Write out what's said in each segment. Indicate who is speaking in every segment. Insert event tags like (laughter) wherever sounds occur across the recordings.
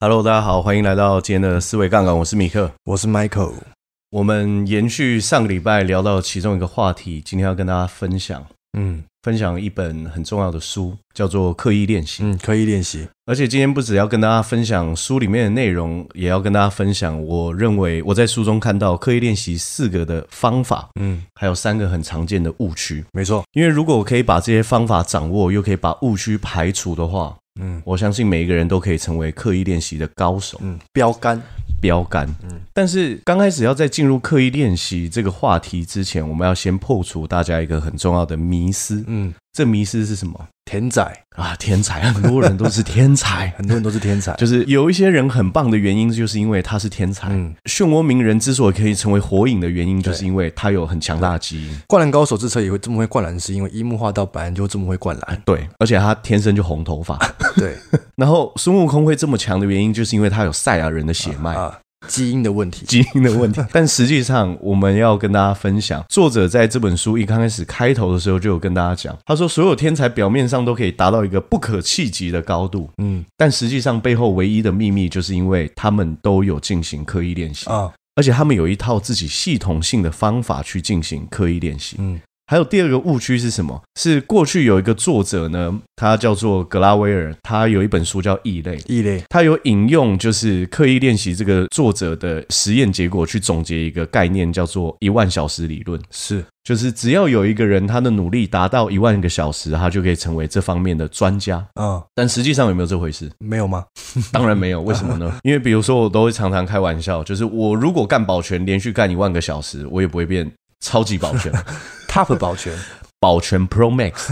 Speaker 1: Hello，大家好，欢迎来到今天的思维杠杆，我是米克。
Speaker 2: 我是 Michael。
Speaker 1: 我们延续上个礼拜聊到其中一个话题，今天要跟大家分享
Speaker 2: 嗯
Speaker 1: 分享一本很重要的书，叫做《刻意练习》。
Speaker 2: 嗯，可以练习。
Speaker 1: 而且今天不只要跟大家分享书里面的内容，也要跟大家分享我认为我在书中看到刻意练习四个的方法，
Speaker 2: 嗯，
Speaker 1: 还有三个很常见的误区。
Speaker 2: 没错。
Speaker 1: 因为如果我可以把这些方法掌握，又可以把误区排除的话，
Speaker 2: 嗯
Speaker 1: 我相信每一个人都可以成为刻意练习的高手。
Speaker 2: 嗯，标杆。
Speaker 1: 标杆。但是刚开始要在进入刻意练习这个话题之前，我们要先破除大家一个很重要的迷思。
Speaker 2: 嗯，
Speaker 1: 这迷思是什么
Speaker 2: 天才，
Speaker 1: 啊？天才，很多人都是天
Speaker 2: (laughs)。
Speaker 1: 才
Speaker 2: 很多人都是天才。
Speaker 1: 就是有一些人很棒的原因，就是因为他是天才。
Speaker 2: 嗯
Speaker 1: 漩涡鸣人之所以可以成为火影的原因，就是因为他有很强大的基因。
Speaker 2: 灌篮高手之所以会这么会灌篮，是因为樱木花道本来就这么会灌篮。
Speaker 1: 对，而且他天生就红头发。
Speaker 2: (laughs) 对
Speaker 1: 然后孙悟空会这么强的原因，就是因为他有赛亚人的血脉。
Speaker 2: (laughs) 啊，基因的问题。
Speaker 1: 基因的问题。 (laughs) 但实际上，我们要跟大家分享，作者在这本书一刚开始开头的时候就有跟大家讲，他说所有天才表面上都可以达到一个不可企及的高度，
Speaker 2: 嗯
Speaker 1: 但实际上背后唯一的秘密，就是因为他们都有进行刻意练习，
Speaker 2: 啊，
Speaker 1: 而且他们有一套自己系统性的方法去进行刻意练习。
Speaker 2: 嗯
Speaker 1: 还有第二个误区是什么？是过去有一个作者呢，他叫做格拉威尔，他有一本书叫《异类》，
Speaker 2: 异类。
Speaker 1: 他有引用就是刻意练习这个作者的实验结果去总结一个概念，叫做一万小时理论。
Speaker 2: 是，
Speaker 1: 就是只要有一个人他的努力达到一万个小时，他就可以成为这方面的专家。
Speaker 2: 啊，
Speaker 1: 但实际上有没有这回事？ (laughs)
Speaker 2: 没有吗？
Speaker 1: 当然没有，为什么呢？因 (laughs) 为比如说我都会常常开玩笑，就是我如果干保全连续干一万个小时，我也不会变超级保全， (laughs)
Speaker 2: Top 保全
Speaker 1: 保全 Pro Max，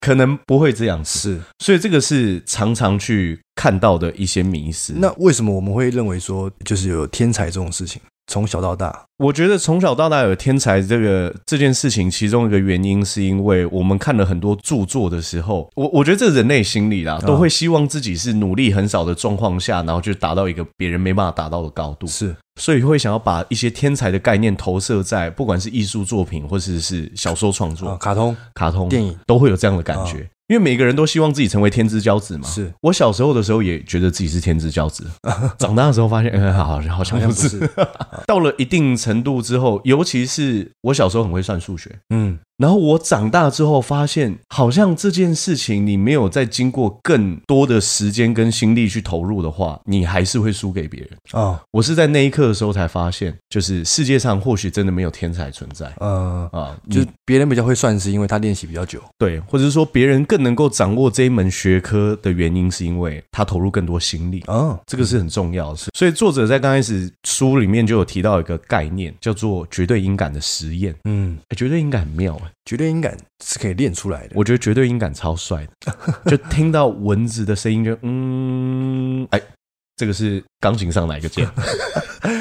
Speaker 1: 可能不会这样子。
Speaker 2: (laughs) 是。
Speaker 1: 所以这个是常常去看到的一些迷思。
Speaker 2: 那为什么我们会认为说，就是有天才这种事情，从小到大，
Speaker 1: 我觉得从小到大有天才这个这件事情，其中一个原因是因为我们看了很多著作的时候，我我觉得这人类心理啦，都会希望自己是努力很少的状况下，然后就达到一个别人没办法达到的高度，
Speaker 2: 是
Speaker 1: 所以会想要把一些天才的概念投射在不管是艺术作品或者是小说创作、
Speaker 2: 啊，卡通
Speaker 1: 卡通、
Speaker 2: 电影啊
Speaker 1: 都会有这样的感觉。因为每个人都希望自己成为天之骄子嘛。
Speaker 2: 是
Speaker 1: 我小时候的时候也觉得自己是天之骄
Speaker 2: (laughs)
Speaker 1: 子，长大的时候发现，嗯，好，好像
Speaker 2: 好像
Speaker 1: 不
Speaker 2: 不
Speaker 1: 是。
Speaker 2: 是。
Speaker 1: (laughs) 到了一定程度之后，尤其是我小时候很会算数学，
Speaker 2: 嗯，
Speaker 1: 然后我长大之后发现，好像这件事情你没有再经过更多的时间跟心力去投入的话，你还是会输给别人。
Speaker 2: 啊，
Speaker 1: 我是在那一刻的时候才发现，就是世界上或许真的没有天才存在
Speaker 2: 呃，
Speaker 1: 啊，
Speaker 2: 就
Speaker 1: 就是
Speaker 2: 别人比较会算，是因为他练习比较久。
Speaker 1: 对，或者是说别人更能够掌握这一门学科的原因，是因为他投入更多心力。
Speaker 2: 啊，
Speaker 1: 这个是很重要的，所以作者在刚开始书里面就有提到一个概念，叫做绝对音感的实验。
Speaker 2: 嗯，
Speaker 1: 欸绝对音感很妙哎、
Speaker 2: 绝对音感是可以练出来的。
Speaker 1: 我觉得绝对音感超帅的，就听到蚊子的声音就嗯，哎，这个是钢琴上哪一个键？ (laughs)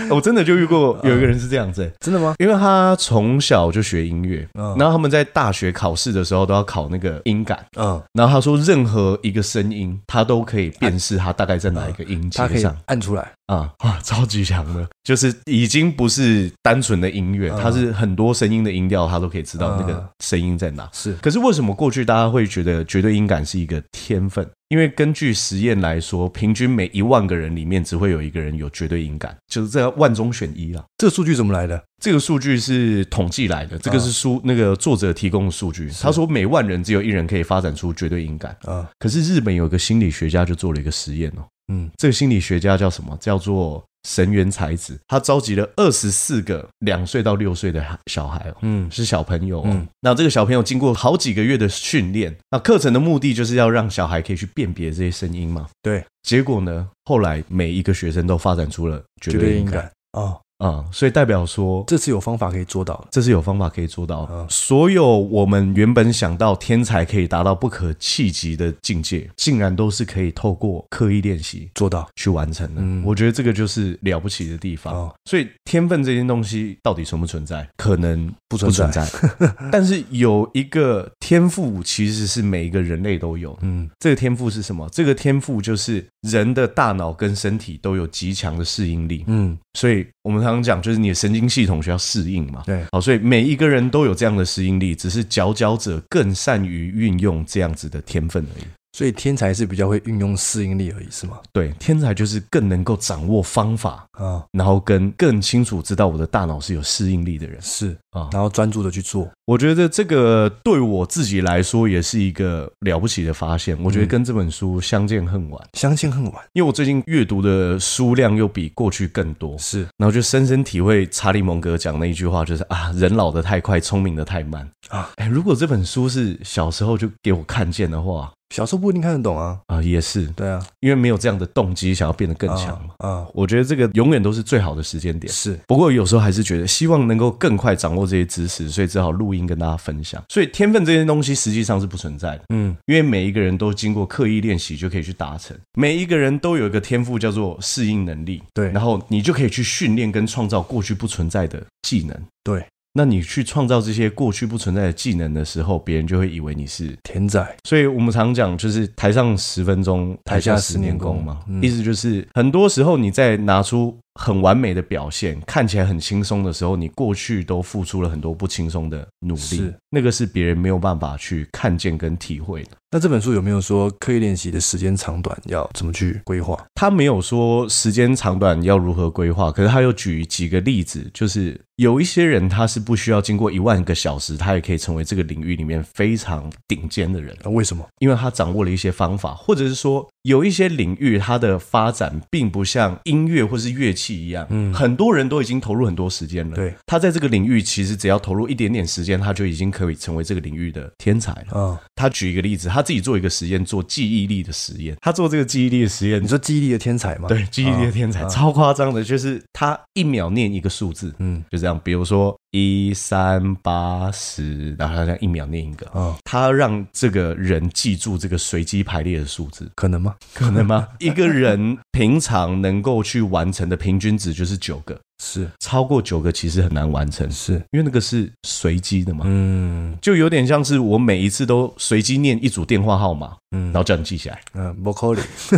Speaker 1: 我真的就遇过有一个人是这样子欸、
Speaker 2: 真的吗？
Speaker 1: 因为他从小就学音乐，
Speaker 2: 嗯
Speaker 1: 然后他们在大学考试的时候都要考那个音感，
Speaker 2: 嗯，
Speaker 1: 然后他说任何一个声音他都可以辨识他大概在哪一个音
Speaker 2: 他可
Speaker 1: 阶
Speaker 2: 以
Speaker 1: 上。
Speaker 2: 按出来。
Speaker 1: 啊啊，超级强的，就是已经不是单纯的音乐，
Speaker 2: 嗯
Speaker 1: 它是很多声音的音调，他都可以知道那
Speaker 2: 嗯
Speaker 1: 个声音在哪。
Speaker 2: 是，
Speaker 1: 可是为什么过去大家会觉得绝对音感是一个天分？因为根据实验来说，平均每一万个人里面只会有一个人有绝对音感，就是这样万中选一啦。
Speaker 2: 这个数据怎么来的？
Speaker 1: 这个数据是统计来的，这个是书、
Speaker 2: 啊
Speaker 1: 那个作者提供的数据。他说每万人只有一人可以发展出绝对音感。
Speaker 2: 啊，
Speaker 1: 可是日本有一个心理学家就做了一个实验哦，
Speaker 2: 嗯，
Speaker 1: 这个心理学家叫什么？叫做神原才子。他召集了二十四个两岁到六岁的小孩哦，
Speaker 2: 嗯，
Speaker 1: 是小朋友哦、
Speaker 2: 嗯
Speaker 1: 那这个小朋友经过好几个月的训练，那课程的目的就是要让小孩可以去辨别这些声音嘛。
Speaker 2: 对，
Speaker 1: 结果呢，后来每一个学生都发展出了绝
Speaker 2: 绝
Speaker 1: 对
Speaker 2: 对
Speaker 1: 音
Speaker 2: 音
Speaker 1: 感
Speaker 2: 感。哦，
Speaker 1: 啊、所以代表说。
Speaker 2: 这次有方法可以做到的。
Speaker 1: 这是有方法可以做到的
Speaker 2: 嗯
Speaker 1: 所有我们原本想到天才可以达到不可企及的境界，竟然都是可以透过刻意练习
Speaker 2: 做到
Speaker 1: 去完成的。
Speaker 2: 嗯
Speaker 1: 我觉得这个就是了不起的地方。
Speaker 2: 哦
Speaker 1: 所以天分这件东西到底存不存在？可能不
Speaker 2: 存在
Speaker 1: 在。
Speaker 2: (laughs)
Speaker 1: 但是有一个天赋其实是每一个人类都有的。
Speaker 2: 嗯
Speaker 1: 这个天赋是什么？这个天赋就是人的大脑跟身体都有极强的适应力，
Speaker 2: 嗯，
Speaker 1: 所以我们常常讲，就是你的神经系统需要适应嘛。
Speaker 2: 对，
Speaker 1: 好，所以每一个人都有这样的适应力，只是佼佼者更善于运用这样子的天分而已。
Speaker 2: 所以天才是比较会运用适应力而已，是吗？
Speaker 1: 对，天才就是更能够掌握方法，
Speaker 2: 啊，
Speaker 1: 然后跟更清楚知道我的大脑是有适应力的人
Speaker 2: 是，
Speaker 1: 啊。
Speaker 2: 然后专注的去做，
Speaker 1: 我觉得这个对我自己来说也是一个了不起的发现。我觉得跟这本书相见恨晚，
Speaker 2: 相信很晚，
Speaker 1: 因为我最近阅读的书量又比过去更多，
Speaker 2: 是
Speaker 1: 然后就深深体会查理蒙格讲那一句话，就是啊，人老得太快，聪明得太慢
Speaker 2: 啊
Speaker 1: 啊。哎，如果这本书是小时候就给我看见的话
Speaker 2: 小时候不一定看得懂啊，
Speaker 1: 啊，也是
Speaker 2: 对啊，
Speaker 1: 因为没有这样的动机，想要变得更强嘛。
Speaker 2: 啊啊，
Speaker 1: 我觉得这个永远都是最好的时间点。
Speaker 2: 是
Speaker 1: 不过有时候还是觉得，希望能够更快掌握这些知识，所以只好录音跟大家分享。所以天分这些东西实际上是不存在的，
Speaker 2: 嗯，
Speaker 1: 因为每一个人都经过刻意练习就可以去达成，每一个人都有一个天赋叫做适应能力，
Speaker 2: 对
Speaker 1: 然后你就可以去训练跟创造过去不存在的技能。
Speaker 2: 对，
Speaker 1: 那你去创造这些过去不存在的技能的时候，别人就会以为你是
Speaker 2: 天才，
Speaker 1: 所以我们常讲，就是台上十分钟，台下十年功嘛。
Speaker 2: 嗯
Speaker 1: 意思就是，很多时候你在拿出很完美的表现，看起来很轻松的时候，你过去都付出了很多不轻松的努力
Speaker 2: 是，
Speaker 1: 那个是别人没有办法去看见跟体会的。
Speaker 2: 那这本书有没有说刻意练习的时间长短要怎么去规划？
Speaker 1: 他没有说时间长短要如何规划，可是他又举几个例子，就是有一些人他是不需要经过一万个小时，他也可以成为这个领域里面非常顶尖的人。
Speaker 2: 啊，为什么？
Speaker 1: 因为他掌握了一些方法，或者是说有一些领域它的发展并不像音乐或是乐器一样，
Speaker 2: 嗯
Speaker 1: 很多人都已经投入很多时间了。
Speaker 2: 对，
Speaker 1: 他在这个领域其实只要投入一点点时间，他就已经可以成为这个领域的天才了。
Speaker 2: 啊，
Speaker 1: 他举一个例子，他自己做一个实验，做记忆力的实验。他做这个记忆力的实验
Speaker 2: 你，说记忆力的天才吗？
Speaker 1: 对记忆力的天才、
Speaker 2: 啊
Speaker 1: 超夸张的，就是他一秒念一个数字，
Speaker 2: 嗯
Speaker 1: 就这样，比如说一三八十，然后他这样一秒念一个，
Speaker 2: 啊，
Speaker 1: 他让这个人记住这个随机排列的数字，
Speaker 2: 可能吗？
Speaker 1: 可能吗？ (laughs) 一个人平常能够去完成的平均值就是九个，
Speaker 2: 是
Speaker 1: 超过九个其实很难完成，
Speaker 2: 是，
Speaker 1: 因为那个是随机的嘛。
Speaker 2: 嗯
Speaker 1: 就有点像是我每一次都随机念一组电话号码，
Speaker 2: 嗯
Speaker 1: 然后叫你记下来，
Speaker 2: 嗯 b r o c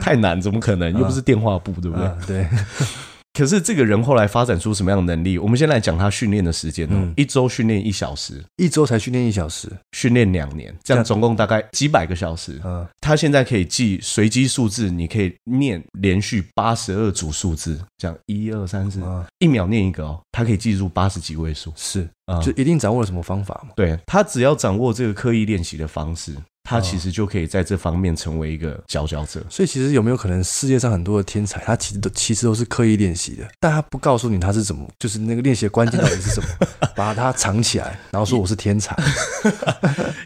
Speaker 1: 太难，怎么可能？又不是电话簿，对不对？
Speaker 2: 啊，对， (laughs)
Speaker 1: 可是这个人后来发展出什么样的能力？我们先来讲他训练的时间哦
Speaker 2: 嗯，
Speaker 1: 一周训练一小时，
Speaker 2: 一周才训练一小时，
Speaker 1: 训练两年，这样总共大概几百个小时。
Speaker 2: 嗯，
Speaker 1: 他现在可以记随机数字，你可以念连续八十二组数字，这样一二三四
Speaker 2: 啊，
Speaker 1: 一秒念一个哦，他可以记住八十几位数
Speaker 2: 是，
Speaker 1: 啊。
Speaker 2: 就一定掌握了什么方法嘛？
Speaker 1: 对他只要掌握这个刻意练习的方式，他其实就可以在这方面成为一个佼佼者。
Speaker 2: 所以其实有没有可能世界上很多的天才，他其实都其实都是刻意练习的，但他不告诉你他是怎么，就是那个练习的关键到底是什 (laughs) 么，把它藏起来，然后说我是天才，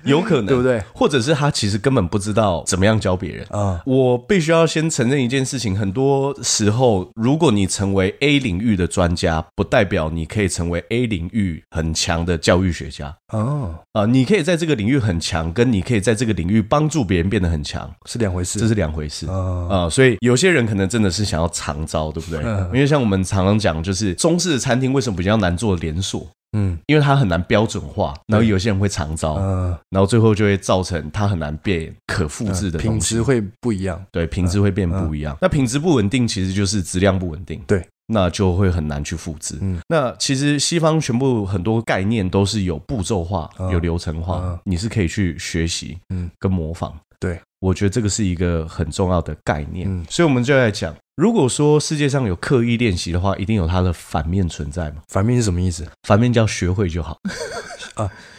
Speaker 1: 有可能
Speaker 2: (laughs) 对不对？
Speaker 1: 或者是他其实根本不知道怎么样教别人。
Speaker 2: 啊，
Speaker 1: 我必须要先承认一件事情，很多时候，如果你成为 A 领域的专家，不代表你可以成为 A 领域很强的教育学家。
Speaker 2: 哦，
Speaker 1: 啊、你可以在这个领域很强，跟你可以在这个领域帮助别人变得很强，
Speaker 2: 是两回事
Speaker 1: 这是两回事。啊、
Speaker 2: 啊，
Speaker 1: 所以有些人可能真的是想要长招，对不对？
Speaker 2: 嗯
Speaker 1: 因为像我们常常讲，就是中式的餐厅为什么比较难做连锁？
Speaker 2: 嗯
Speaker 1: 因为它很难标准化，然后有些人会长招，
Speaker 2: 呃，
Speaker 1: 然后最后就会造成它很难变可复制的
Speaker 2: 品
Speaker 1: 东西。
Speaker 2: 质会不一样，
Speaker 1: 对，品质会变不一样。那品质不稳定，其实就是质量不稳定。
Speaker 2: 嗯对。
Speaker 1: 那就会很难去复制。
Speaker 2: 嗯
Speaker 1: 那其实西方全部很多概念都是有步骤化、
Speaker 2: 嗯
Speaker 1: 有流程化，
Speaker 2: 嗯
Speaker 1: 你是可以去学习，
Speaker 2: 嗯
Speaker 1: 跟模仿。
Speaker 2: 对，
Speaker 1: 我觉得这个是一个很重要的概念。
Speaker 2: 嗯
Speaker 1: 所以我们就来讲，如果说世界上有刻意练习的话，一定有它的反面存在嘛？
Speaker 2: 反面是什么意思？
Speaker 1: 反面叫学会就好，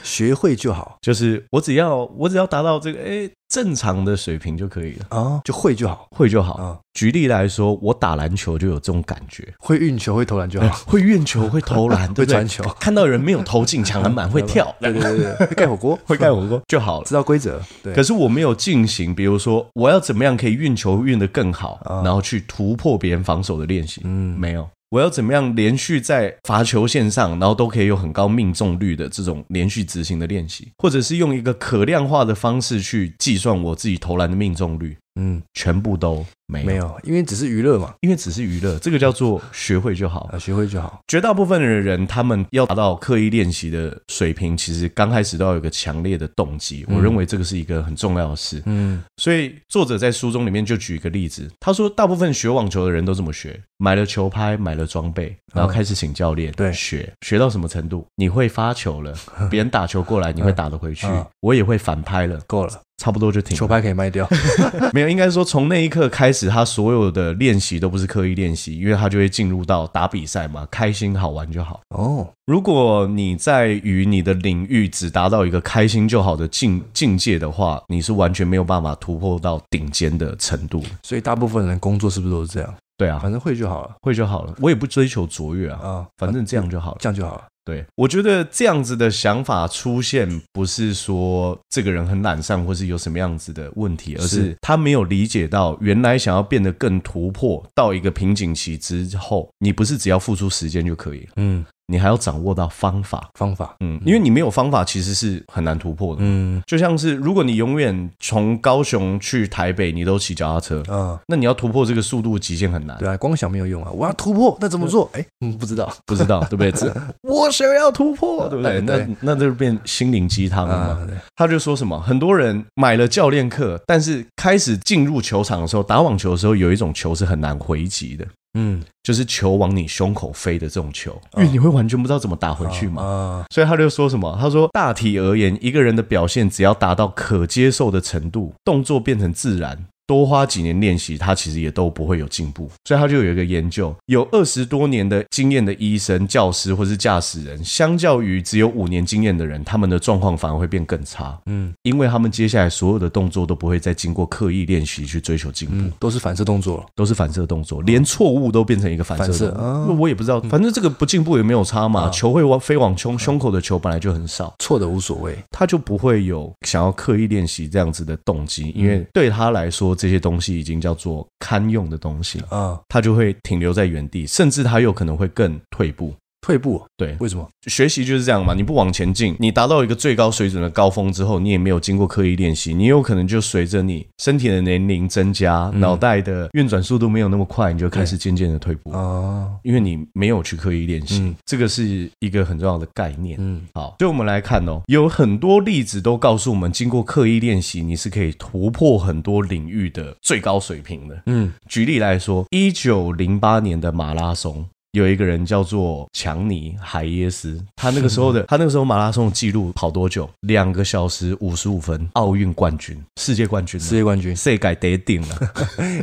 Speaker 2: 学会就好
Speaker 1: 就是我只要我只要达到这个诶正常的水平就可以了，
Speaker 2: 啊，就会就好
Speaker 1: 会就好。
Speaker 2: 啊，
Speaker 1: 举例来说，我打篮球就有这种感 (laughs) 觉，
Speaker 2: 会运球会投篮就好，
Speaker 1: 哎会运球、会投 (laughs) 篮、对不对
Speaker 2: 会传球
Speaker 1: 看到人没有投进抢篮 (laughs) 板，会跳，
Speaker 2: 对对对对，会盖火锅，
Speaker 1: (laughs) 会盖火锅就好了
Speaker 2: 知。道规则，对，
Speaker 1: 可是我没有进行，比如说我要怎么样可以运球运得更好，然后去突破别人防守的练习，
Speaker 2: 嗯
Speaker 1: 没有。我要怎么样连续在罚球线上，然后都可以有很高命中率的这种连续执行的练习，或者是用一个可量化的方式去计算我自己投篮的命中率，
Speaker 2: 嗯，
Speaker 1: 全部都没有，
Speaker 2: 没有，因为只是娱乐嘛，
Speaker 1: 因为只是娱乐，这个叫做学会就好。
Speaker 2: 啊，学会就好，
Speaker 1: 绝大部分的人，他们要达到刻意练习的水平，其实刚开始都要有一个强烈的动机。我认为这个是一个很重要的事。
Speaker 2: 嗯
Speaker 1: 所以作者在书中里面就举一个例子，他说，大部分学网球的人都这么学：买了球拍，买了装备，然后开始请教练、
Speaker 2: 嗯对
Speaker 1: 学，学到什么
Speaker 2: (laughs)
Speaker 1: 程度？你会发球了，别人打球过来，你会打得回去
Speaker 2: 嗯，
Speaker 1: 我也会反拍了。
Speaker 2: 够了，
Speaker 1: 差不多就停
Speaker 2: 球
Speaker 1: 了。
Speaker 2: 拍可以卖掉。 (laughs)
Speaker 1: (laughs) 没有，应该说从那一刻开始，他所有的练习都不是刻意练习，因为他就会进入到打比赛嘛，开心好玩就好。
Speaker 2: 哦，
Speaker 1: 如果你在于你的领域只达到一个开心就好的境境界的话，你是完全没有办法突破到顶尖的程度。
Speaker 2: 所以大部分人工作是不是都是这样？
Speaker 1: 对啊，
Speaker 2: 反正会就好了
Speaker 1: 会就好了，我也不追求卓越啊，
Speaker 2: 啊，
Speaker 1: 反正这样就好了。
Speaker 2: 这样就好了。
Speaker 1: 对，我觉得这样子的想法出现，不是说这个人很懒散，或是有什么样子的问题，而是
Speaker 2: 是
Speaker 1: 他没有理解到，原来想要变得更突破到一个瓶颈期之后，你不是只要付出时间就可以了，
Speaker 2: 嗯，
Speaker 1: 你还要掌握到方法。
Speaker 2: 方法，
Speaker 1: 嗯，因为你没有方法，其实是很难突破的。
Speaker 2: 嗯
Speaker 1: 就像是如果你永远从高雄去台北，你都骑脚踏车，
Speaker 2: 啊，
Speaker 1: 那你要突破这个速度极限很难
Speaker 2: 对。啊，光想没有用啊，我要突破，那怎么做？哎，嗯，不知道
Speaker 1: 不知道，对不对？这 (laughs) 我想要突破，对不对？
Speaker 2: 哎对
Speaker 1: 那那就变心灵鸡汤了嘛。
Speaker 2: 啊，对
Speaker 1: 他就说什么，很多人买了教练课，但是开始进入球场的时候，打网球的时候，有一种球是很难回击的，
Speaker 2: 嗯，
Speaker 1: 就是球往你胸口飞的这种球，因为你会完全不知道怎么打回去嘛。
Speaker 2: 啊，
Speaker 1: 所以他就说什么？他说，大体而言，一个人的表现只要达到可接受的程度，动作变成自然，多花几年练习，他其实也都不会有进步。所以他就有一个研究，有二十多年的经验的医生、教师或是驾驶人，相较于只有五年经验的人，他们的状况反而会变更差，
Speaker 2: 嗯
Speaker 1: 因为他们接下来所有的动作都不会再经过刻意练习去追求进步。
Speaker 2: 嗯，都是反射动作了。
Speaker 1: 都是反射动作，连错误都变成一哦个反射哦嗯啊动
Speaker 2: 反
Speaker 1: 作。
Speaker 2: 射啊
Speaker 1: 那我也不知道，反正这个不进步也没有差嘛。球会往飞往胸胸口的球本来就很少，
Speaker 2: 错的无所谓，
Speaker 1: 他就不会有想要刻意练习这样子的动机，因为对他来说这些东西已经叫做堪用的东西，
Speaker 2: 啊，
Speaker 1: 他就会停留在原地，甚至他有可能会更退步。
Speaker 2: 退步
Speaker 1: 对，
Speaker 2: 为什么？
Speaker 1: 学习就是这样嘛，你不往前进，你达到一个最高水准的高峰之后，你也没有经过刻意练习，你有可能就随着你身体的年龄增加，脑袋的运转速度没有那么快，你就开始渐渐的退步，
Speaker 2: 啊，
Speaker 1: 因为你没有去刻意练习，
Speaker 2: 嗯
Speaker 1: 这个是一个很重要的概念。
Speaker 2: 嗯，
Speaker 1: 好，所以我们来看哦，有很多例子都告诉我们，经过刻意练习，你是可以突破很多领域的最高水平的。
Speaker 2: 嗯，
Speaker 1: 举例来说，一九零八年的马拉松。有一个人叫做强尼海耶斯，他那个时候的他那个时候马拉松的记录跑多久？两个小时五十五分，奥运冠军，世界冠军了，
Speaker 2: 世界冠军
Speaker 1: 世界得顶了，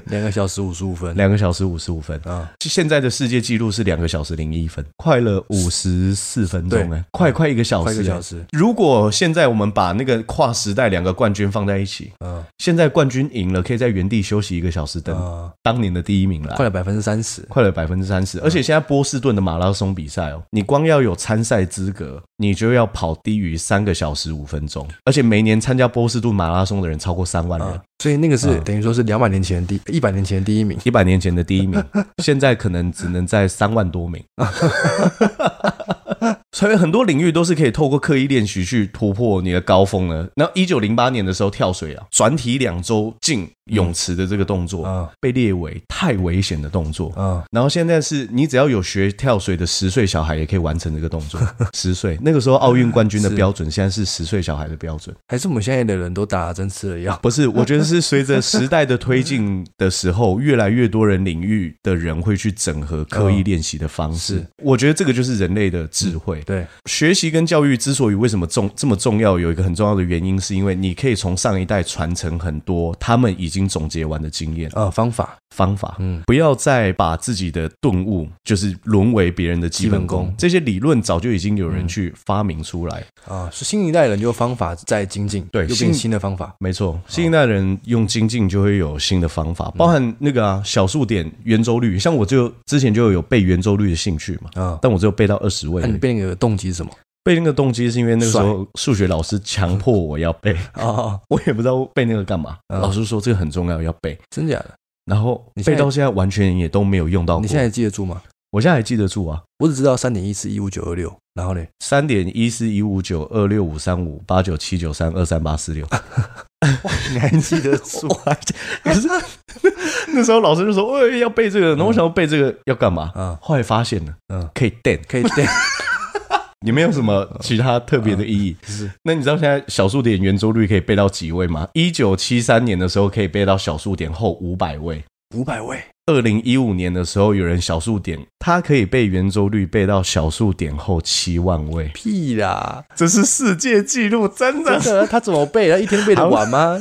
Speaker 2: 两个小时五十五分
Speaker 1: 两个小时五十五分。
Speaker 2: 啊，
Speaker 1: 现在的世界纪录是两个小时零一分，快了五十四分钟、
Speaker 2: 对
Speaker 1: 哎，快快一个小时、
Speaker 2: 快一个
Speaker 1: 哎
Speaker 2: 小时，
Speaker 1: 如果现在我们把那个跨时代两个冠军放在一起，
Speaker 2: 嗯
Speaker 1: 现在冠军赢了，可以在原地休息一个小时等、
Speaker 2: 啊，
Speaker 1: 当年的第一名了。
Speaker 2: 快啊了百分之三十，
Speaker 1: 快了百分之三十，而且现在波士顿的马拉松比赛哦，你光要有参赛资格，你就要跑低于三个小时五分钟，而且每年参加波士顿马拉松的人超过三万人
Speaker 2: 啊，，所以那个是等于说是两百年前的第一百年前的第一名，
Speaker 1: 一百年前的第一名，现在可能只能在三万多名。 (laughs) 所以很多领域都是可以透过刻意练习去突破你的高峰的。然后一九零八年的时候跳水啊，转体两周进泳池的这个动作、
Speaker 2: 啊
Speaker 1: 被列为太危险的动作。
Speaker 2: 啊，
Speaker 1: 然后现在是你只要有学跳水的十岁小孩也可以完成这个动作。十岁那个时候奥运冠军的标准，现在是十岁小孩的标准。
Speaker 2: 还是我们现在的人都打针吃了药，
Speaker 1: 不是，我觉得是随着时代的推进的时候，越来越多人领域的人会去整合刻意练习的方式。
Speaker 2: 是嗯
Speaker 1: 我觉得这个就是人类的智慧。
Speaker 2: (laughs) 对，
Speaker 1: 学习跟教育之所以为什么重这么重要，有一个很重要的原因，是因为你可以从上一代传承很多他们已经总结完的经验、
Speaker 2: 啊，方法，
Speaker 1: 方法。
Speaker 2: 嗯，
Speaker 1: 不要再把自己的顿悟就是沦为别人的基本
Speaker 2: 基本
Speaker 1: 功
Speaker 2: 功，
Speaker 1: 这些理论早就已经有人去发明出来。
Speaker 2: 啊，是新一代人就方法在精进，
Speaker 1: 对
Speaker 2: 又
Speaker 1: 新
Speaker 2: 变新的方法，
Speaker 1: 没错，新一代人用精进就会有新的方法，
Speaker 2: 嗯
Speaker 1: 包含那个啊小数点、圆周率。像我就之前就有背圆周率的兴趣嘛，
Speaker 2: 啊，
Speaker 1: 但我只有背到二十位
Speaker 2: 那
Speaker 1: 而
Speaker 2: 你
Speaker 1: 已。
Speaker 2: 变那个动机是什么？
Speaker 1: 背那个动机是因为那个时候数学老师强迫我要背，
Speaker 2: 啊，
Speaker 1: 我也不知道背那个干嘛。
Speaker 2: 嗯
Speaker 1: 老师说这个很重要，要背。
Speaker 2: 真假的？
Speaker 1: 然后
Speaker 2: 你现
Speaker 1: 背
Speaker 2: 在
Speaker 1: 到现在完全也都没有用到过。
Speaker 2: 你现在记得住吗？
Speaker 1: 我现在还记得住啊，
Speaker 2: 我只知道三点一四一五九二六，然后嘞，
Speaker 1: 三点一四一五九二六五三五八九七九三二三八四六。
Speaker 2: 你还记得住？
Speaker 1: (laughs) 我还记可是那时候老师就说：“喂、要背这个。”然后我想要背这个要干嘛？
Speaker 2: 嗯
Speaker 1: 后来发现了，
Speaker 2: 嗯，
Speaker 1: 可以 d
Speaker 2: (laughs) 可以对，
Speaker 1: 也没有什么其他特别的意义。
Speaker 2: 是
Speaker 1: 那你知道现在小数点圆周率可以背到几位吗？一九七三年的时候可以背到小数点后五百位，
Speaker 2: 五百位
Speaker 1: 二零一五年的时候，有人小数点，他可以背圆周率背到小数点后七万位，
Speaker 2: 屁啦！
Speaker 1: 这是世界纪录，真的
Speaker 2: 真。的，他怎么背？他一天背得完 (laughs) 吗？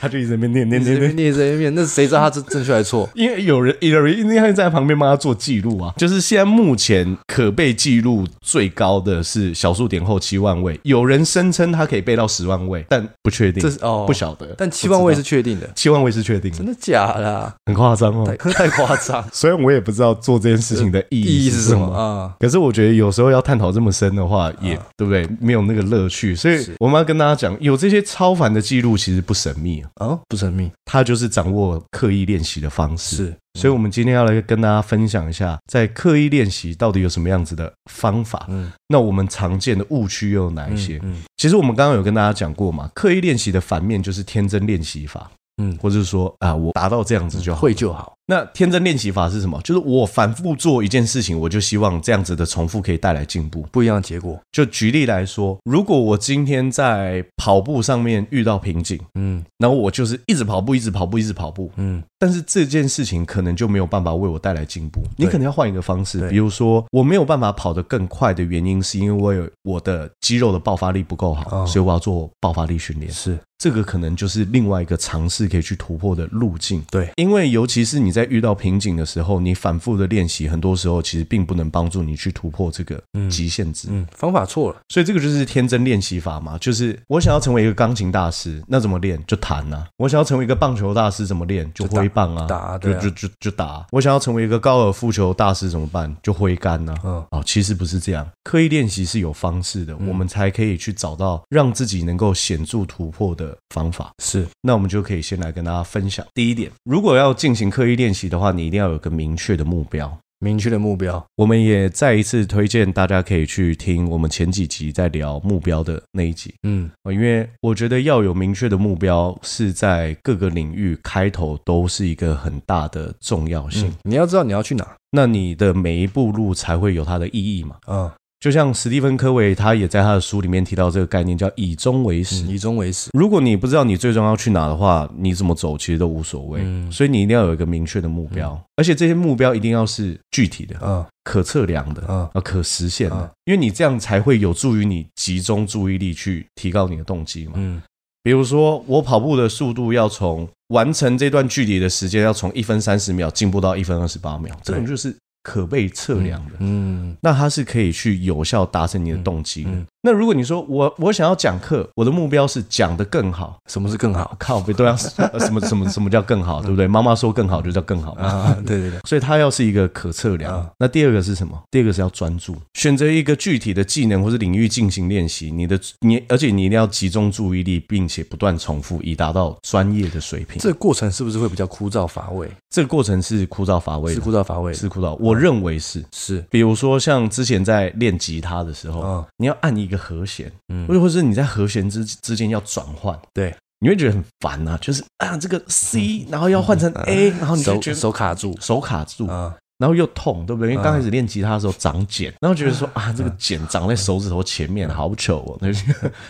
Speaker 1: 他就一直在那边念念
Speaker 2: 你这
Speaker 1: 念念
Speaker 2: 边，念这边念，那谁知道他正正确还是 (laughs) 错？
Speaker 1: 因为有人有人一定会在旁边帮他做记录啊。就是现在目前可被记录最高的是小数点后七万位，有人声称他可以背到十万位，但不确定，
Speaker 2: 这是哦
Speaker 1: 不晓得。
Speaker 2: 但七万位
Speaker 1: 不
Speaker 2: 是
Speaker 1: 知
Speaker 2: 确定的
Speaker 1: 道，七万位是确定的
Speaker 2: 真，的假的啊？
Speaker 1: 很夸张哦
Speaker 2: 太。太 (laughs) 夸张，
Speaker 1: 虽然我也不知道做这件事情的意
Speaker 2: 意义
Speaker 1: 是
Speaker 2: 是什么啊？
Speaker 1: 可是我觉得有时候要探讨这么深的话，也、对不对？没有那个乐趣，所以我们要跟大家讲，有这些超凡的记录其实不神秘、啊，
Speaker 2: 哦，不神秘，
Speaker 1: 它就是掌握刻意练习的方式。
Speaker 2: 是
Speaker 1: 所以，我们今天要来跟大家分享一下，在刻意练习到底有什么样子的方法？
Speaker 2: 嗯
Speaker 1: 那我们常见的误区又有哪一些？
Speaker 2: 嗯
Speaker 1: 其实我们刚刚有跟大家讲过嘛，刻意练习的反面就是天真练习法，
Speaker 2: 嗯，
Speaker 1: 或者是说啊，我达到这样子就好。
Speaker 2: 会就好，
Speaker 1: 那天真练习法是什么？就是我反复做一件事情，我就希望这样子的重复可以带来进步。
Speaker 2: 不一样的结果。
Speaker 1: 就举例来说，如果我今天在跑步上面遇到瓶颈，
Speaker 2: 嗯
Speaker 1: 然后我就是一直跑步，一直跑步，一直跑步，
Speaker 2: 嗯，
Speaker 1: 但是这件事情可能就没有办法为我带来进步。你
Speaker 2: 对
Speaker 1: 可能要换一个方式，
Speaker 2: 对
Speaker 1: 比如说我没有办法跑得更快的原因，是因为我的肌肉的爆发力不够好，
Speaker 2: 哦
Speaker 1: 所以我要做爆发力训练。
Speaker 2: 是
Speaker 1: 这个可能就是另外一个尝试可以去突破的路径。
Speaker 2: 对，
Speaker 1: 因为尤其是你在遇到瓶颈的时候，你反复的练习，很多时候其实并不能帮助你去突破这个极限值。
Speaker 2: 嗯，方法错了，
Speaker 1: 所以这个就是天真练习法嘛，就是我想要成为一个钢琴大师，那怎么练就弹呐、我想要成为一个棒球大师，怎么练就挥棒啊，
Speaker 2: 就打
Speaker 1: 就
Speaker 2: 对啊
Speaker 1: 就就就打。我想要成为一个高尔夫球大师怎么办？就挥杆呐、
Speaker 2: 嗯
Speaker 1: 哦，其实不是这样，刻意练习是有方式的，我们才可以去找到让自己能够显著突破的方法。
Speaker 2: 是
Speaker 1: 那我们就可以先来跟大家分享第一点，如果要进行刻意练习的话，你一定要有个明确的目标。
Speaker 2: 明确的目标。
Speaker 1: 我们也再一次推荐大家可以去听我们前几集在聊目标的那一集，
Speaker 2: 嗯，
Speaker 1: 呃因为我觉得要有明确的目标是在各个领域开头都是一个很大的重要性。
Speaker 2: 嗯你要知道你要去哪。
Speaker 1: 那你的每一步路才会有它的意义嘛？
Speaker 2: 嗯，
Speaker 1: 就像史蒂芬·科维他也在他的书里面提到这个概念，叫以终为始。
Speaker 2: 嗯以终为始。
Speaker 1: 如果你不知道你最终要去哪的话，你怎么走其实都无所谓。
Speaker 2: 嗯
Speaker 1: 所以你一定要有一个明确的目标，而且这些目标一定要是具体的、
Speaker 2: 嗯
Speaker 1: 可测量的、
Speaker 2: 嗯
Speaker 1: 呃可实现的，
Speaker 2: 嗯
Speaker 1: 因为你这样才会有助于你集中注意力去提高你的动机嘛。
Speaker 2: 嗯
Speaker 1: 比如说，我跑步的速度要从完成这段距离的时间要从一分三十秒进步到一分二十八秒，这种就是可被测量的。
Speaker 2: 嗯
Speaker 1: 那它是可以去有效达成你的动机的。
Speaker 2: 嗯嗯
Speaker 1: 那如果你说我我想要讲课，我的目标是讲得更好，
Speaker 2: 什么是更好
Speaker 1: 靠背对啊， (laughs) 什么什么什么叫更好，对不对？妈妈说更好就叫更好嘛。
Speaker 2: (laughs) 啊？对对对，
Speaker 1: 所以它要是一个可测量。
Speaker 2: 啊
Speaker 1: 那第二个是什么？第二个是要专注，选择一个具体的技能或是领域进行练习。你的你，而且你一定要集中注意力，并且不断重复，以达到专业的水平。
Speaker 2: 这个过程是不是会比较枯燥乏味？
Speaker 1: 这个过程是枯燥乏味
Speaker 2: 是
Speaker 1: 的，
Speaker 2: 枯燥乏味的。
Speaker 1: 是枯燥。我认为是。
Speaker 2: 是
Speaker 1: 比如说，像之前在练吉他的时候，
Speaker 2: 嗯
Speaker 1: 你要按一个和弦，
Speaker 2: 嗯
Speaker 1: 或者或者是你在和弦之之间要转换，
Speaker 2: 对，
Speaker 1: 你会觉得很烦啊，就是啊这个 C，然后要换成 A，然后你就
Speaker 2: 嗯手
Speaker 1: 觉得
Speaker 2: 手卡住
Speaker 1: 手卡住，
Speaker 2: 啊，
Speaker 1: 然后又痛，对不对？因为
Speaker 2: 嗯
Speaker 1: 刚开始练吉他的时候长茧，然后觉得说啊这个茧长在手指头前
Speaker 2: 啊
Speaker 1: 面，好糗哦，那些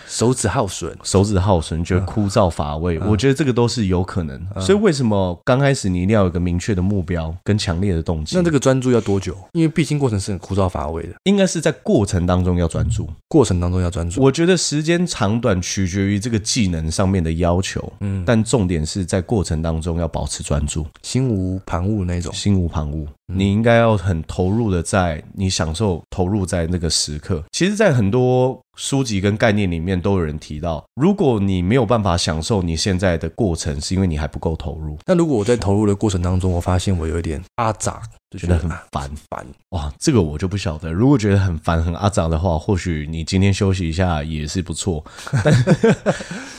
Speaker 2: 手指耗损。
Speaker 1: (laughs) 手指耗损，
Speaker 2: 啊
Speaker 1: 觉得枯燥乏味。我觉得这个都是有可能，所以为什么刚开始你一定要有一个明确的目标跟强烈的动机？
Speaker 2: 那这个专注要多久？因为毕竟过程是很枯燥乏味的，
Speaker 1: 应该是在过程当中要专注。
Speaker 2: 过程当中要专注。
Speaker 1: 我觉得时间长短取决于这个技能上面的要求，嗯，但重点是在过程当中要保持专注，
Speaker 2: 心无旁骛那种。
Speaker 1: 心无旁骛。你应该要很投入的在你享受投入在那个时刻。其实，在很多书籍跟概念里面都有人提到，如果你没有办法享受你现在的过程，是因为你还不够投入，
Speaker 2: 那如果我在投入的过程当中，我发现我有一点阿杂，就
Speaker 1: 觉
Speaker 2: 觉
Speaker 1: 得
Speaker 2: 得
Speaker 1: 很
Speaker 2: 啊
Speaker 1: 烦。
Speaker 2: 烦，
Speaker 1: 哇，这个我就不晓得。如果觉得很烦、很阿杂的话，或许你今天休息一下也是不错。
Speaker 2: (laughs)
Speaker 1: 但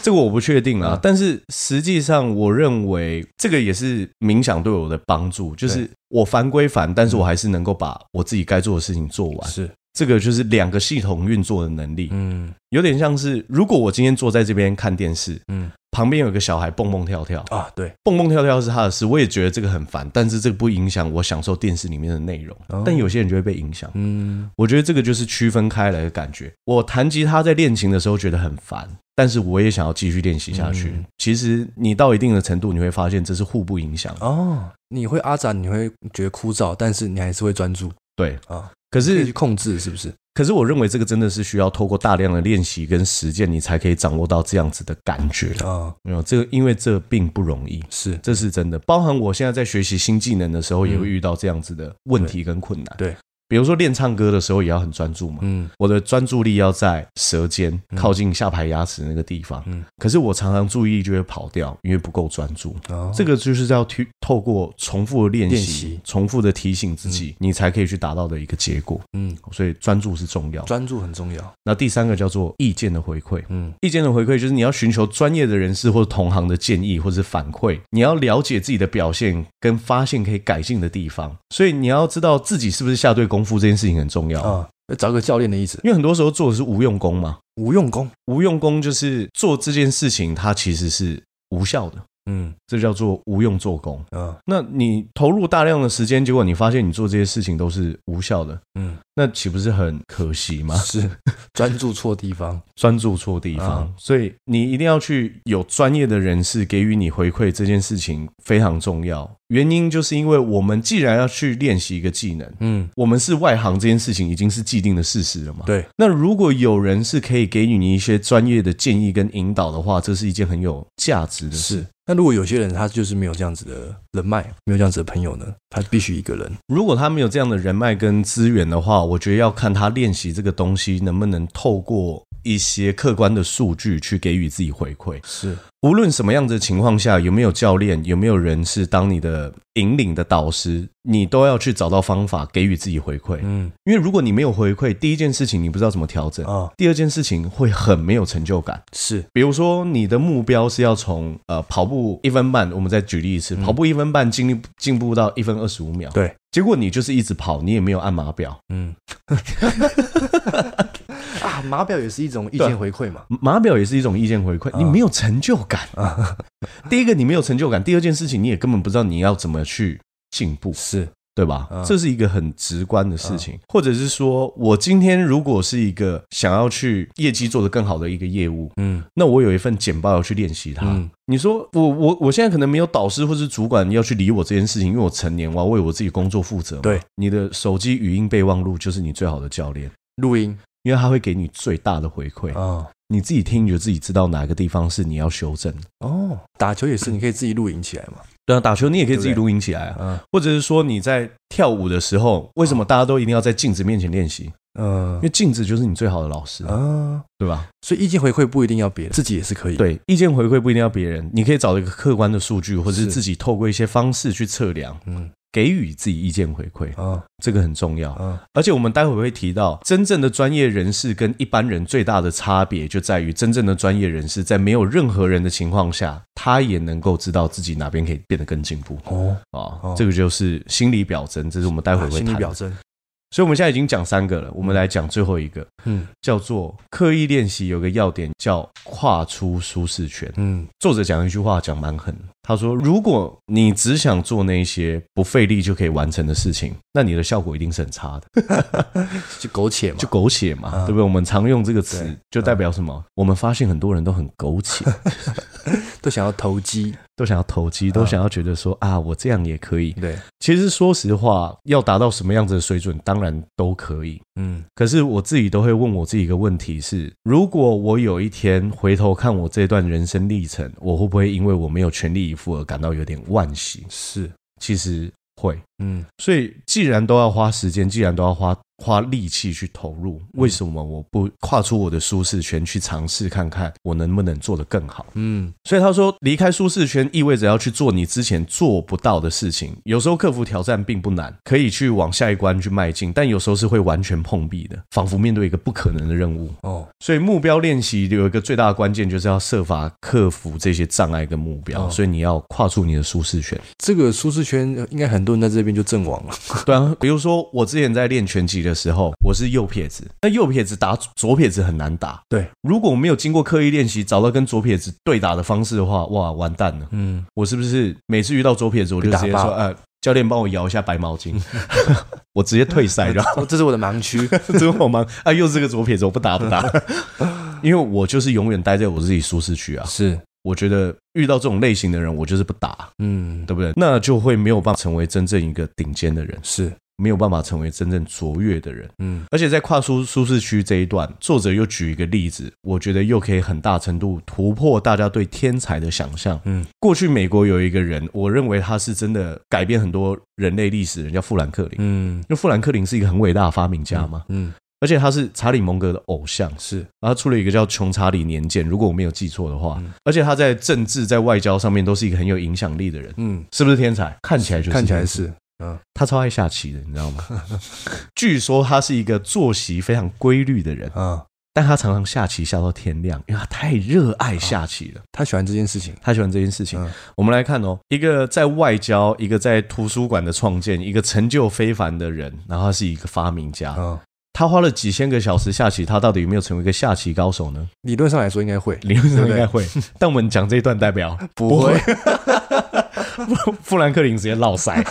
Speaker 1: 这个我不确定
Speaker 2: 嗯
Speaker 1: 啊。但是实际上，我认为这个也是冥想对我的帮助，就是
Speaker 2: 对嗯
Speaker 1: 我烦归烦，但是我还是能够把我自己该做的事情做完。
Speaker 2: 是，
Speaker 1: 这个就是两个系统运作的能力，
Speaker 2: 嗯
Speaker 1: 有点像是如果我今天坐在这边看电视，
Speaker 2: 嗯
Speaker 1: 旁边有一个小孩蹦蹦跳跳，
Speaker 2: 啊，对，
Speaker 1: 蹦蹦跳跳是他的事，我也觉得这个很烦，但是这个不影响我享受电视里面的内容。但有些人就会被影响，
Speaker 2: 哦嗯
Speaker 1: 我觉得这个就是区分开来的感觉。我弹吉他在练琴的时候觉得很烦，但是我也想要继续练习下去。
Speaker 2: 嗯
Speaker 1: 其实你到一定的程度，你会发现这是互不影响。的。
Speaker 2: 哦，你会阿展，你会觉得枯燥，但是你还是会专注，
Speaker 1: 对
Speaker 2: 啊，
Speaker 1: 可
Speaker 2: 可以去
Speaker 1: 是
Speaker 2: 控制，是不是？
Speaker 1: 可是我认为这个真的是需要透过大量的练习跟实践，你才可以掌握到这样子的感觉。
Speaker 2: 啊，
Speaker 1: 没有这个，因为这并不容易。
Speaker 2: 是
Speaker 1: 这是真的。包含我现在在学习新技能的时候，也会遇到这样子的问题跟困难。
Speaker 2: 嗯对对
Speaker 1: 比如说练唱歌的时候，也要很专注嘛。
Speaker 2: 嗯，
Speaker 1: 我的专注力要在舌尖
Speaker 2: 嗯
Speaker 1: 靠近下排牙齿那个地方，
Speaker 2: 嗯
Speaker 1: 可是我常常注意力就会跑掉，因为不够专注。
Speaker 2: 哦
Speaker 1: 这个就是要去透过重复的练习、
Speaker 2: 练习
Speaker 1: 重复的提醒自己，你才可以去达到的一个结果。
Speaker 2: 嗯，
Speaker 1: 所以专注是重要。
Speaker 2: 专注很重要，
Speaker 1: 那第三个叫做意见的回馈，
Speaker 2: 嗯
Speaker 1: 意见的回馈就是你要寻求专业的人士或同行的建议或是反馈，你要了解自己的表现跟发现可以改进的地方，所以你要知道自己是不是下对功夫这件事情很重要，
Speaker 2: 啊，要找个教练的意思，
Speaker 1: 因为很多时候做的是无用功嘛，
Speaker 2: 无用功，
Speaker 1: 无用功就是做这件事情它其实是无效的，
Speaker 2: 嗯
Speaker 1: 这叫做无用做功。
Speaker 2: 啊，
Speaker 1: 那你投入大量的时间，结果你发现你做这些事情都是无效的，
Speaker 2: 嗯，
Speaker 1: 那岂不是很可惜吗？
Speaker 2: 是 (laughs) 专注错地方，
Speaker 1: 专注错地方，
Speaker 2: 嗯
Speaker 1: 所以你一定要去有专业的人士给予你回馈，这件事情非常重要。原因就是因为我们既然要去练习一个技能，
Speaker 2: 嗯，
Speaker 1: 我们是外行这件事情已经是既定的事实了嘛。
Speaker 2: 对，
Speaker 1: 那如果有人是可以给予你一些专业的建议跟引导的话，这是一件很有价值的事。
Speaker 2: 是。那如果有些人他就是没有这样子的人脉，没有这样子的朋友呢，他必须一个人，
Speaker 1: 如果他没有这样的人脉跟资源的话，我觉得要看他练习这个东西能不能透过一些客观的数据去给予自己回馈。
Speaker 2: 是
Speaker 1: 无论什么样子的情况下，有没有教练，有没有人是当你的引领的导师，你都要去找到方法给予自己回馈。
Speaker 2: 嗯
Speaker 1: 因为如果你没有回馈，第一件事情你不知道怎么调整，
Speaker 2: 啊，
Speaker 1: 第二件事情会很没有成就感。
Speaker 2: 是
Speaker 1: 比如说，你的目标是要从呃跑步一分半，我们再举例一次，跑步一分半进力进步到一分二十五秒，
Speaker 2: 对，
Speaker 1: 结果你就是一直跑，你也没有按码表，
Speaker 2: 嗯， (laughs) 啊，码表也是一种意
Speaker 1: 对
Speaker 2: 见回馈嘛，
Speaker 1: 码表也是一种意见回馈，你没有成就感。 (laughs) 第一个你没有成就感，第二件事情你也根本不知道你要怎么去进步，
Speaker 2: 是
Speaker 1: 对吧？
Speaker 2: 嗯
Speaker 1: 这是一个很直观的事情，或者是说我今天如果是一个想要去业绩做得更好的一个业务，
Speaker 2: 嗯
Speaker 1: 那我有一份简报要去练习它。
Speaker 2: 嗯
Speaker 1: 你说我我我现在可能没有导师或是主管要去理我这件事情，因为我成年，我要为我自己工作负责嘛。
Speaker 2: 对，
Speaker 1: 你的手机语音备忘录就是你最好的教练，
Speaker 2: 录音
Speaker 1: 因为他会给你最大的回馈。
Speaker 2: 啊。
Speaker 1: 你自己听，你就自己知道哪个地方是你要修正的。
Speaker 2: 哦，打球也是，你可以自己录影起来嘛。
Speaker 1: 对啊，打球你也可以自己
Speaker 2: 对不对
Speaker 1: 录音起来啊，
Speaker 2: 嗯
Speaker 1: 或者是说你在跳舞的时候，为什么大家都一定要在镜子面前练习？因
Speaker 2: 嗯
Speaker 1: 为镜子就是你最好的老师，
Speaker 2: 啊，
Speaker 1: 对吧？
Speaker 2: 所以意见回馈不一定要别人，自己也是可以。，
Speaker 1: 对，意见回馈不一定要别人，你可以找一个客观的数据，或者是
Speaker 2: 是
Speaker 1: 自己透过一些方式去测量，
Speaker 2: 嗯
Speaker 1: 给予自己意见回馈，
Speaker 2: 啊
Speaker 1: 这个很重要。
Speaker 2: 啊，
Speaker 1: 而且我们待会会提到，真正的专业人士跟一般人最大的差别就在于，真正的专业人士在没有任何人的情况下，他也能够知道自己哪边可以变得更进步
Speaker 2: 哦，
Speaker 1: 啊、
Speaker 2: 哦
Speaker 1: 这个就是心理表征，这是我们待会
Speaker 2: 啊
Speaker 1: 会
Speaker 2: 心
Speaker 1: 谈
Speaker 2: 理
Speaker 1: 的。
Speaker 2: 表征。
Speaker 1: 所以我们现在已经讲三个了，我们来讲最后一个，
Speaker 2: 嗯
Speaker 1: 叫做刻意练习。有个要点叫跨出舒适圈。
Speaker 2: 嗯
Speaker 1: 作者讲一句话讲蛮狠的，他说：“如果你只想做那些不费力就可以完成的事情，那你的效果一定是很差的。”
Speaker 2: 就苟且嘛，
Speaker 1: 就苟且嘛，
Speaker 2: 嗯
Speaker 1: 对不对？我们常用这个词
Speaker 2: 对，
Speaker 1: 就代表什么？我们发现很多人都很苟
Speaker 2: (laughs)
Speaker 1: 且，
Speaker 2: 都想要投机。
Speaker 1: 都想要投
Speaker 2: 嗯
Speaker 1: 机，都想要觉得说啊，我这样也可以。
Speaker 2: 对，
Speaker 1: 其实说实话，要达到什么样子的水准，当然都可以。
Speaker 2: 嗯
Speaker 1: 可是我自己都会问我自己一个问题是：如果我有一天回头看我这段人生历程，我会不会因为我没有全力以赴而感到有点惋惜？
Speaker 2: 是，
Speaker 1: 其实会。
Speaker 2: 嗯
Speaker 1: 所以，既然都要花时间，既然都要花花力气去投入，为什么我不跨出我的舒适圈去尝试看看我能不能做得更好？
Speaker 2: 嗯
Speaker 1: 所以他说，离开舒适圈意味着要去做你之前做不到的事情。有时候克服挑战并不难，可以去往下一关去迈进，但有时候是会完全碰壁的，仿佛面对一个不可能的任务。
Speaker 2: 哦
Speaker 1: 所以目标练习有一个最大的关键，就是要设法克服这些障碍跟目标。
Speaker 2: 哦
Speaker 1: 所以你要跨出你的舒适圈。
Speaker 2: 这个舒适圈呃应该很多人在这边就阵亡了。
Speaker 1: 对啊，比如说我之前在练拳击的时候，我是右撇子，那右撇子打左撇子很难打。
Speaker 2: 对，
Speaker 1: 如果我没有经过刻意练习，找到跟左撇子对打的方式的话，哇，完蛋了！
Speaker 2: (laughs) 嗯，
Speaker 1: 我是不是每次遇到左撇子，我就直接
Speaker 2: 被打
Speaker 1: 说，
Speaker 2: 爆
Speaker 1: 呃，教练帮我摇一下白毛巾， (laughs) 我
Speaker 2: (laughs)
Speaker 1: 直接退赛，然后
Speaker 2: 哦这是我的盲区。
Speaker 1: 之后忙啊，又是个左撇子，我不打不打。 (laughs) 因为我就是永远待在我自己舒适区啊。
Speaker 2: 是，
Speaker 1: 我觉得遇到这种类型的人，我就是不打，
Speaker 2: 嗯，
Speaker 1: 对不对？那就会没有办法成为真正一个顶尖的人，
Speaker 2: 是，
Speaker 1: 没有办法成为真正卓越的人。
Speaker 2: 嗯，
Speaker 1: 而且在跨出舒适区这一段，作者又举一个例子，我觉得又可以很大程度突破大家对天才的想象。
Speaker 2: 嗯，
Speaker 1: 过去美国有一个人，我认为他是真的改变很多人类历史的人，叫富兰克林。因
Speaker 2: 嗯，
Speaker 1: 为富兰克林是一个很伟大的发明家嘛，
Speaker 2: 嗯，
Speaker 1: 而且他是查理蒙格的偶像，
Speaker 2: 是，
Speaker 1: 然后他出了一个叫《穷查理年鉴》，如果我没有记错的话，
Speaker 2: 嗯
Speaker 1: 而且他在政治、在外交上面都是一个很有影响力的人，
Speaker 2: 嗯，
Speaker 1: 是不是天才？看起来就是，
Speaker 2: 看起来是，
Speaker 1: 他超爱下棋的，你知道吗？ (laughs) 据说他是一个作息非常规律的人，
Speaker 2: 啊，
Speaker 1: 但他常常下棋下到天亮，因为他太热爱下棋了，
Speaker 2: 他喜欢这件事情，
Speaker 1: 他喜欢这件事情。
Speaker 2: 嗯
Speaker 1: 我们来看哦，一个在外交，一个在图书馆的创建，一个成就非凡的人，然后他是一个发明家，
Speaker 2: 啊，
Speaker 1: 他花了几千个小时下棋，他到底有没有成为一个下棋高手呢？
Speaker 2: 理论上来说应该会，
Speaker 1: 理论上应该会，但我们讲这一段代表
Speaker 2: 不会，
Speaker 1: 富 (laughs) 富兰克林直接落塞。 (laughs)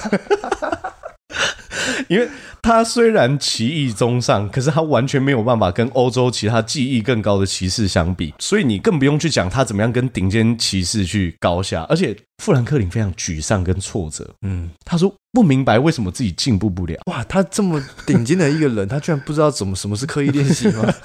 Speaker 1: 因为他虽然棋艺中上，可是他完全没有办法跟欧洲其他技艺更高的骑士相比，所以你更不用去讲他怎么样跟顶尖骑士去高下。而且富兰克林非常沮丧跟挫折，
Speaker 2: (laughs) 嗯，
Speaker 1: 他说不明白为什么自己进步不了。
Speaker 2: 哇，他这么顶尖的一个人，他居然不知道怎么什么是刻意练习吗？
Speaker 1: (laughs)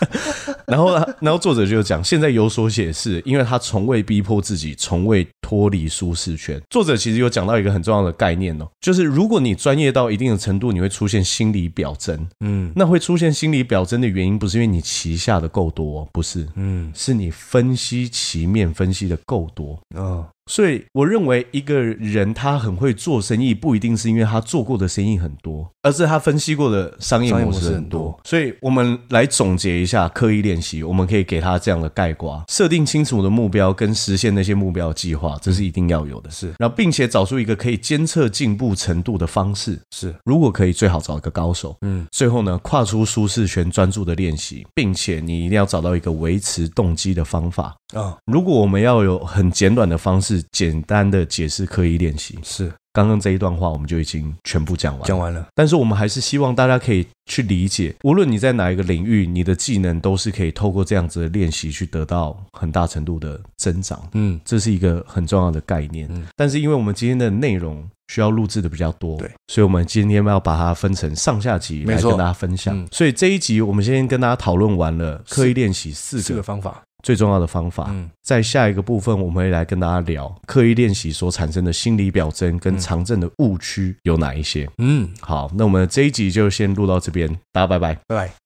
Speaker 1: 然后他，然后作者就讲，现在有所解释，因为他从未逼迫自己，从未脱离舒适圈。作者其实有讲到一个很重要的概念哦，就是如果你专业到一定的程度，你会出现心理表征。
Speaker 2: (laughs) 嗯
Speaker 1: 那会出现心理表征的原因，不是因为你棋下的够多哦，不是，
Speaker 2: (laughs) 嗯，
Speaker 1: 是你分析棋面分析的够多。
Speaker 2: 哦，
Speaker 1: 所以我认为一个人他很会做生意，不一定是因为他做过的生意很多，而是他分析过的商业模式
Speaker 2: 商业模式
Speaker 1: 很
Speaker 2: 很
Speaker 1: 多
Speaker 2: 多。
Speaker 1: 所以我们来总结一下刻意练习，我们可以给他这样的概括：设定清楚的目标跟实现那些目标计划，这是一定要有的。
Speaker 2: 是
Speaker 1: 然后，并且找出一个可以监测进步程度的方式。
Speaker 2: 是，
Speaker 1: 如果可以，最好找一个高手。
Speaker 2: 嗯
Speaker 1: 最后呢，跨出舒适圈，专注的练习，并且你一定要找到一个维持动机的方法。
Speaker 2: 啊，
Speaker 1: 如果我们要有很简短的方式，简单的解释刻意练习，
Speaker 2: 是，
Speaker 1: 刚刚这一段话我们就已经全部讲完。
Speaker 2: 讲完了，
Speaker 1: 但是我们还是希望大家可以去理解，无论你在哪一个领域，你的技能都是可以透过这样子的练习去得到很大程度的增长。
Speaker 2: 嗯，
Speaker 1: 这是一个很重要的概念。
Speaker 2: 嗯
Speaker 1: 但是因为我们今天的内容需要录制的比较多，
Speaker 2: 对，
Speaker 1: 所以我们今天要把它分成上下集来
Speaker 2: 没错
Speaker 1: 跟大家分享。
Speaker 2: 嗯
Speaker 1: 所以这一集我们先跟大家讨论完了刻意练习四
Speaker 2: 四个
Speaker 1: 个
Speaker 2: 方法，
Speaker 1: 最重要的方法，
Speaker 2: 嗯
Speaker 1: 在下一个部分我们会来跟大家聊刻意练习所产生的心理表征跟常见的误区有哪一些。
Speaker 2: 嗯，
Speaker 1: 好，那我们这一集就先录到这边，大家拜拜。
Speaker 2: 拜拜。